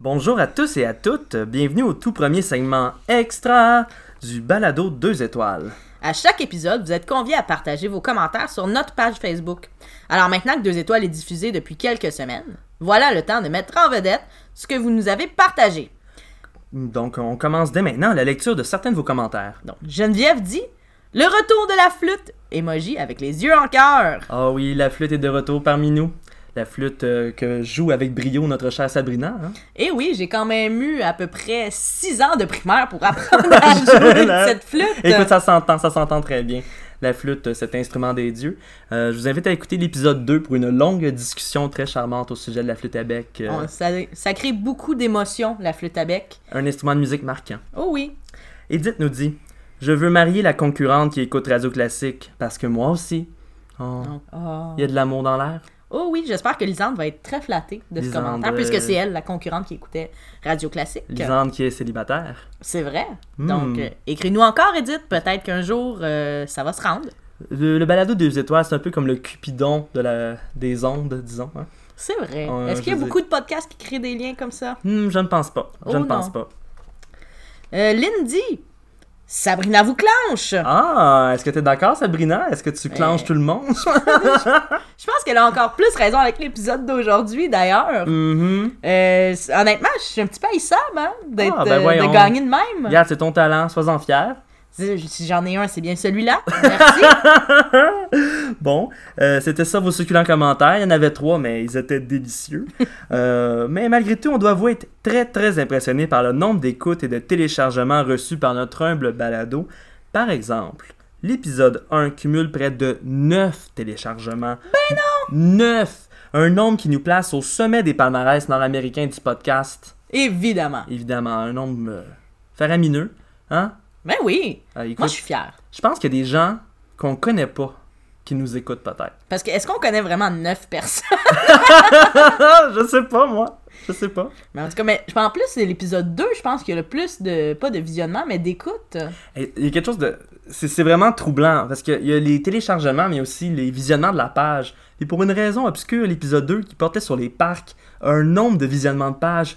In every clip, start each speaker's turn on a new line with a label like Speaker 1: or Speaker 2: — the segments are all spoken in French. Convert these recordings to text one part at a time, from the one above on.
Speaker 1: Bonjour à tous et à toutes, bienvenue au tout premier segment extra du balado 2 étoiles.
Speaker 2: À chaque épisode, vous êtes conviés à partager vos commentaires sur notre page Facebook. Alors maintenant que Deux Étoiles est diffusé depuis quelques semaines, voilà le temps de mettre en vedette ce que vous nous avez partagé.
Speaker 1: Donc on commence dès maintenant la lecture de certains de vos commentaires.
Speaker 2: Donc Geneviève dit Le retour de la flûte Emoji avec les yeux en cœur
Speaker 1: Ah oui, la flûte est de retour parmi nous. La flûte euh, que joue avec brio notre chère Sabrina. hein.
Speaker 2: Et oui, j'ai quand même eu à peu près 6 ans de primaire pour apprendre à jouer de cette flûte
Speaker 1: Écoute, ça s'entend, ça s'entend très bien. La flûte, euh, cet instrument des dieux. Euh, je vous invite à écouter l'épisode 2 pour une longue discussion très charmante au sujet de la flûte à bec. euh,
Speaker 2: On- ça, ça crée beaucoup d'émotions, la flûte à bec.
Speaker 1: un instrument de musique marquant.
Speaker 2: Oh oui.
Speaker 1: Edith nous dit Je veux marier la concurrente qui écoute Radio Classique, parce que moi aussi. Oh,
Speaker 2: Oh.
Speaker 1: Il y a de l'amour dans l'air.
Speaker 2: Oh oui, j'espère que Lisande va être très flattée de ce
Speaker 1: Lisande,
Speaker 2: commentaire,
Speaker 1: euh,
Speaker 2: puisque c'est elle, la concurrente qui écoutait Radio Classique.
Speaker 1: Lisande qui est célibataire.
Speaker 2: C'est vrai.
Speaker 1: Hmm.
Speaker 2: Donc, euh, écris-nous encore, Edith. Peut-être qu'un jour, euh, ça va se rendre.
Speaker 1: Le, le balado des étoiles, c'est un peu comme le cupidon de la, des ondes, disons. hein.
Speaker 2: C'est vrai.
Speaker 1: Ouais,
Speaker 2: Est-ce qu'il y a
Speaker 1: je sais.
Speaker 2: beaucoup de podcasts qui créent des liens comme ça?
Speaker 1: Hmm, je ne pense pas. Je
Speaker 2: Oh
Speaker 1: ne pense
Speaker 2: non.
Speaker 1: pas.
Speaker 2: Euh, Lindy, Sabrina vous clenche.
Speaker 1: Ah, est-ce que tu es d'accord, Sabrina Est-ce que tu
Speaker 2: Ben,
Speaker 1: clenches tout le monde
Speaker 2: Je pense qu'elle a encore plus raison avec l'épisode d'aujourd'hui, d'ailleurs.
Speaker 1: Mhm.
Speaker 2: Euh, c- honnêtement, je suis un petit peu haïssable hein, d'être,
Speaker 1: Ah, ben
Speaker 2: euh,
Speaker 1: voyons.
Speaker 2: de gagner de même.
Speaker 1: Regarde, c'est ton talent, sois-en fier.
Speaker 2: Si si j'en ai un, c'est bien celui-là. Merci.
Speaker 1: Bon, euh, c'était ça vos succulents commentaires. Il y en avait trois, mais ils étaient délicieux. Euh, mais malgré tout, on doit avouer être très très impressionné par le nombre d'écoutes et de téléchargements reçus par notre humble balado. Par exemple, l'épisode 1 cumule près de 9 téléchargements. Ben non! 9! Un nombre qui nous place au sommet des palmarès nord-américains du podcast.
Speaker 2: Évidemment.
Speaker 1: Évidemment, un nombre euh, faramineux. Hein?
Speaker 2: Ben oui.
Speaker 1: Euh, écoute,
Speaker 2: Moi, je suis fière.
Speaker 1: je pense qu'il y a des gens qu'on connaît pas qui nous écoutent peut-être.
Speaker 2: Parce que est-ce qu'on connaît vraiment neuf personnes?
Speaker 1: Ah, je sais pas, moi. Je sais pas.
Speaker 2: Mais en tout cas, mais, je pense- en plus, c'est l'épisode 2, je pense qu'il y a le plus de, pas de visionnement, mais d'écoute.
Speaker 1: Et- Il y a quelque chose de. C'est c'est vraiment troublant parce qu'il y a les téléchargements, mais aussi les visionnements de la page. Et pour une raison obscure, l'épisode 2 qui portait sur les parcs a un nombre de visionnements de pages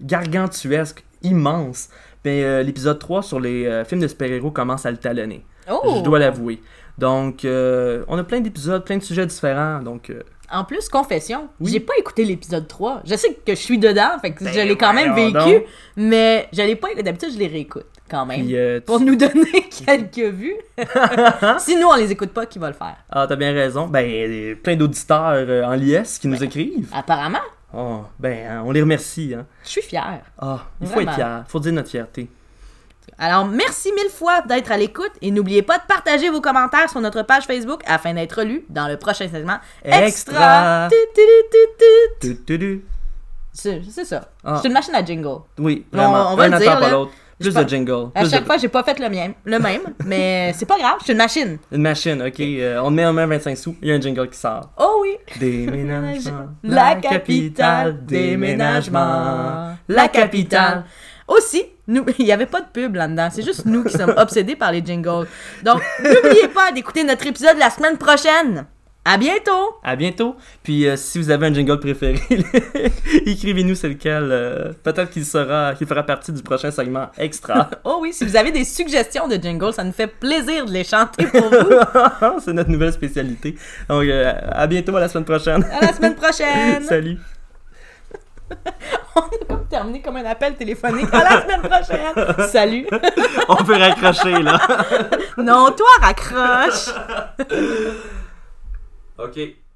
Speaker 1: gargantuesque, immense. Mais euh, l'épisode 3 sur les euh, films de super-héros commence à le talonner.
Speaker 2: Oh!
Speaker 1: Je dois l'avouer. Donc, euh, on a plein d'épisodes, plein de sujets différents. Donc, euh,
Speaker 2: En plus, confession,
Speaker 1: Oui.
Speaker 2: j'ai pas écouté l'épisode 3. Je sais que je suis dedans, fait que
Speaker 1: Ben,
Speaker 2: je l'ai quand même
Speaker 1: voyons
Speaker 2: vécu,
Speaker 1: donc.
Speaker 2: mais je l'ai pas écouté. D'habitude, je les réécoute quand même.
Speaker 1: puis, euh, tu-
Speaker 2: Pour nous donner quelques vues. si nous, on les écoute pas, qui va le faire?
Speaker 1: Ah, t'as bien raison. Ben, il y a plein d'auditeurs euh, en liesse qui nous
Speaker 2: Ouais.
Speaker 1: écrivent.
Speaker 2: Apparemment,
Speaker 1: Oh, ben, hein, on les remercie. Hein.
Speaker 2: je suis fière.
Speaker 1: Ah, il faut
Speaker 2: Vraiment.
Speaker 1: être fier, faut dire notre fierté.
Speaker 2: Alors, merci mille fois d'être à l'écoute et n'oubliez pas de partager vos commentaires sur notre page Facebook afin d'être lus dans le prochain segment
Speaker 1: Extra.
Speaker 2: extra. Tut, tut, tut,
Speaker 1: Tu,
Speaker 2: tut.
Speaker 1: tu, tu.
Speaker 2: C'est c'est ça.
Speaker 1: Ah.
Speaker 2: C'est une machine à jingle.
Speaker 1: Oui,
Speaker 2: On-
Speaker 1: vraiment.
Speaker 2: on va
Speaker 1: un
Speaker 2: le
Speaker 1: n'attend
Speaker 2: dire,
Speaker 1: pas
Speaker 2: là.
Speaker 1: l'autre. Plus
Speaker 2: pense-
Speaker 1: de jingle.
Speaker 2: À
Speaker 1: plus
Speaker 2: chaque
Speaker 1: de-
Speaker 2: fois, j'ai pas fait le mien, le même, mais c'est pas grave, je suis une machine.
Speaker 1: Une machine, ok. euh, on met en main 25 sous, il y a un jingle qui sort.
Speaker 2: Oh oui.
Speaker 1: Déménagement.
Speaker 2: La capitale déménagement. La capitale. Aussi, nous, il n'y avait pas de pub là-dedans. C'est juste nous qui sommes obsédés par les jingles. Donc, n'oubliez pas d'écouter notre épisode la semaine prochaine. À bientôt.
Speaker 1: À bientôt. Puis euh, si vous avez un jingle préféré, écrivez-nous c'est lequel. euh, Peut-être qu'il sera, qu'il fera partie du prochain segment extra.
Speaker 2: Oh oui, si vous avez des suggestions de jingles, ça nous fait plaisir de les chanter pour vous.
Speaker 1: C'est notre nouvelle spécialité. Donc euh, à bientôt, à la semaine prochaine.
Speaker 2: À la semaine prochaine.
Speaker 1: Salut.
Speaker 2: On a comme terminé comme un appel téléphonique. À la semaine prochaine. Salut.
Speaker 1: On peut raccrocher là.
Speaker 2: Non, toi, raccroche.
Speaker 1: ok.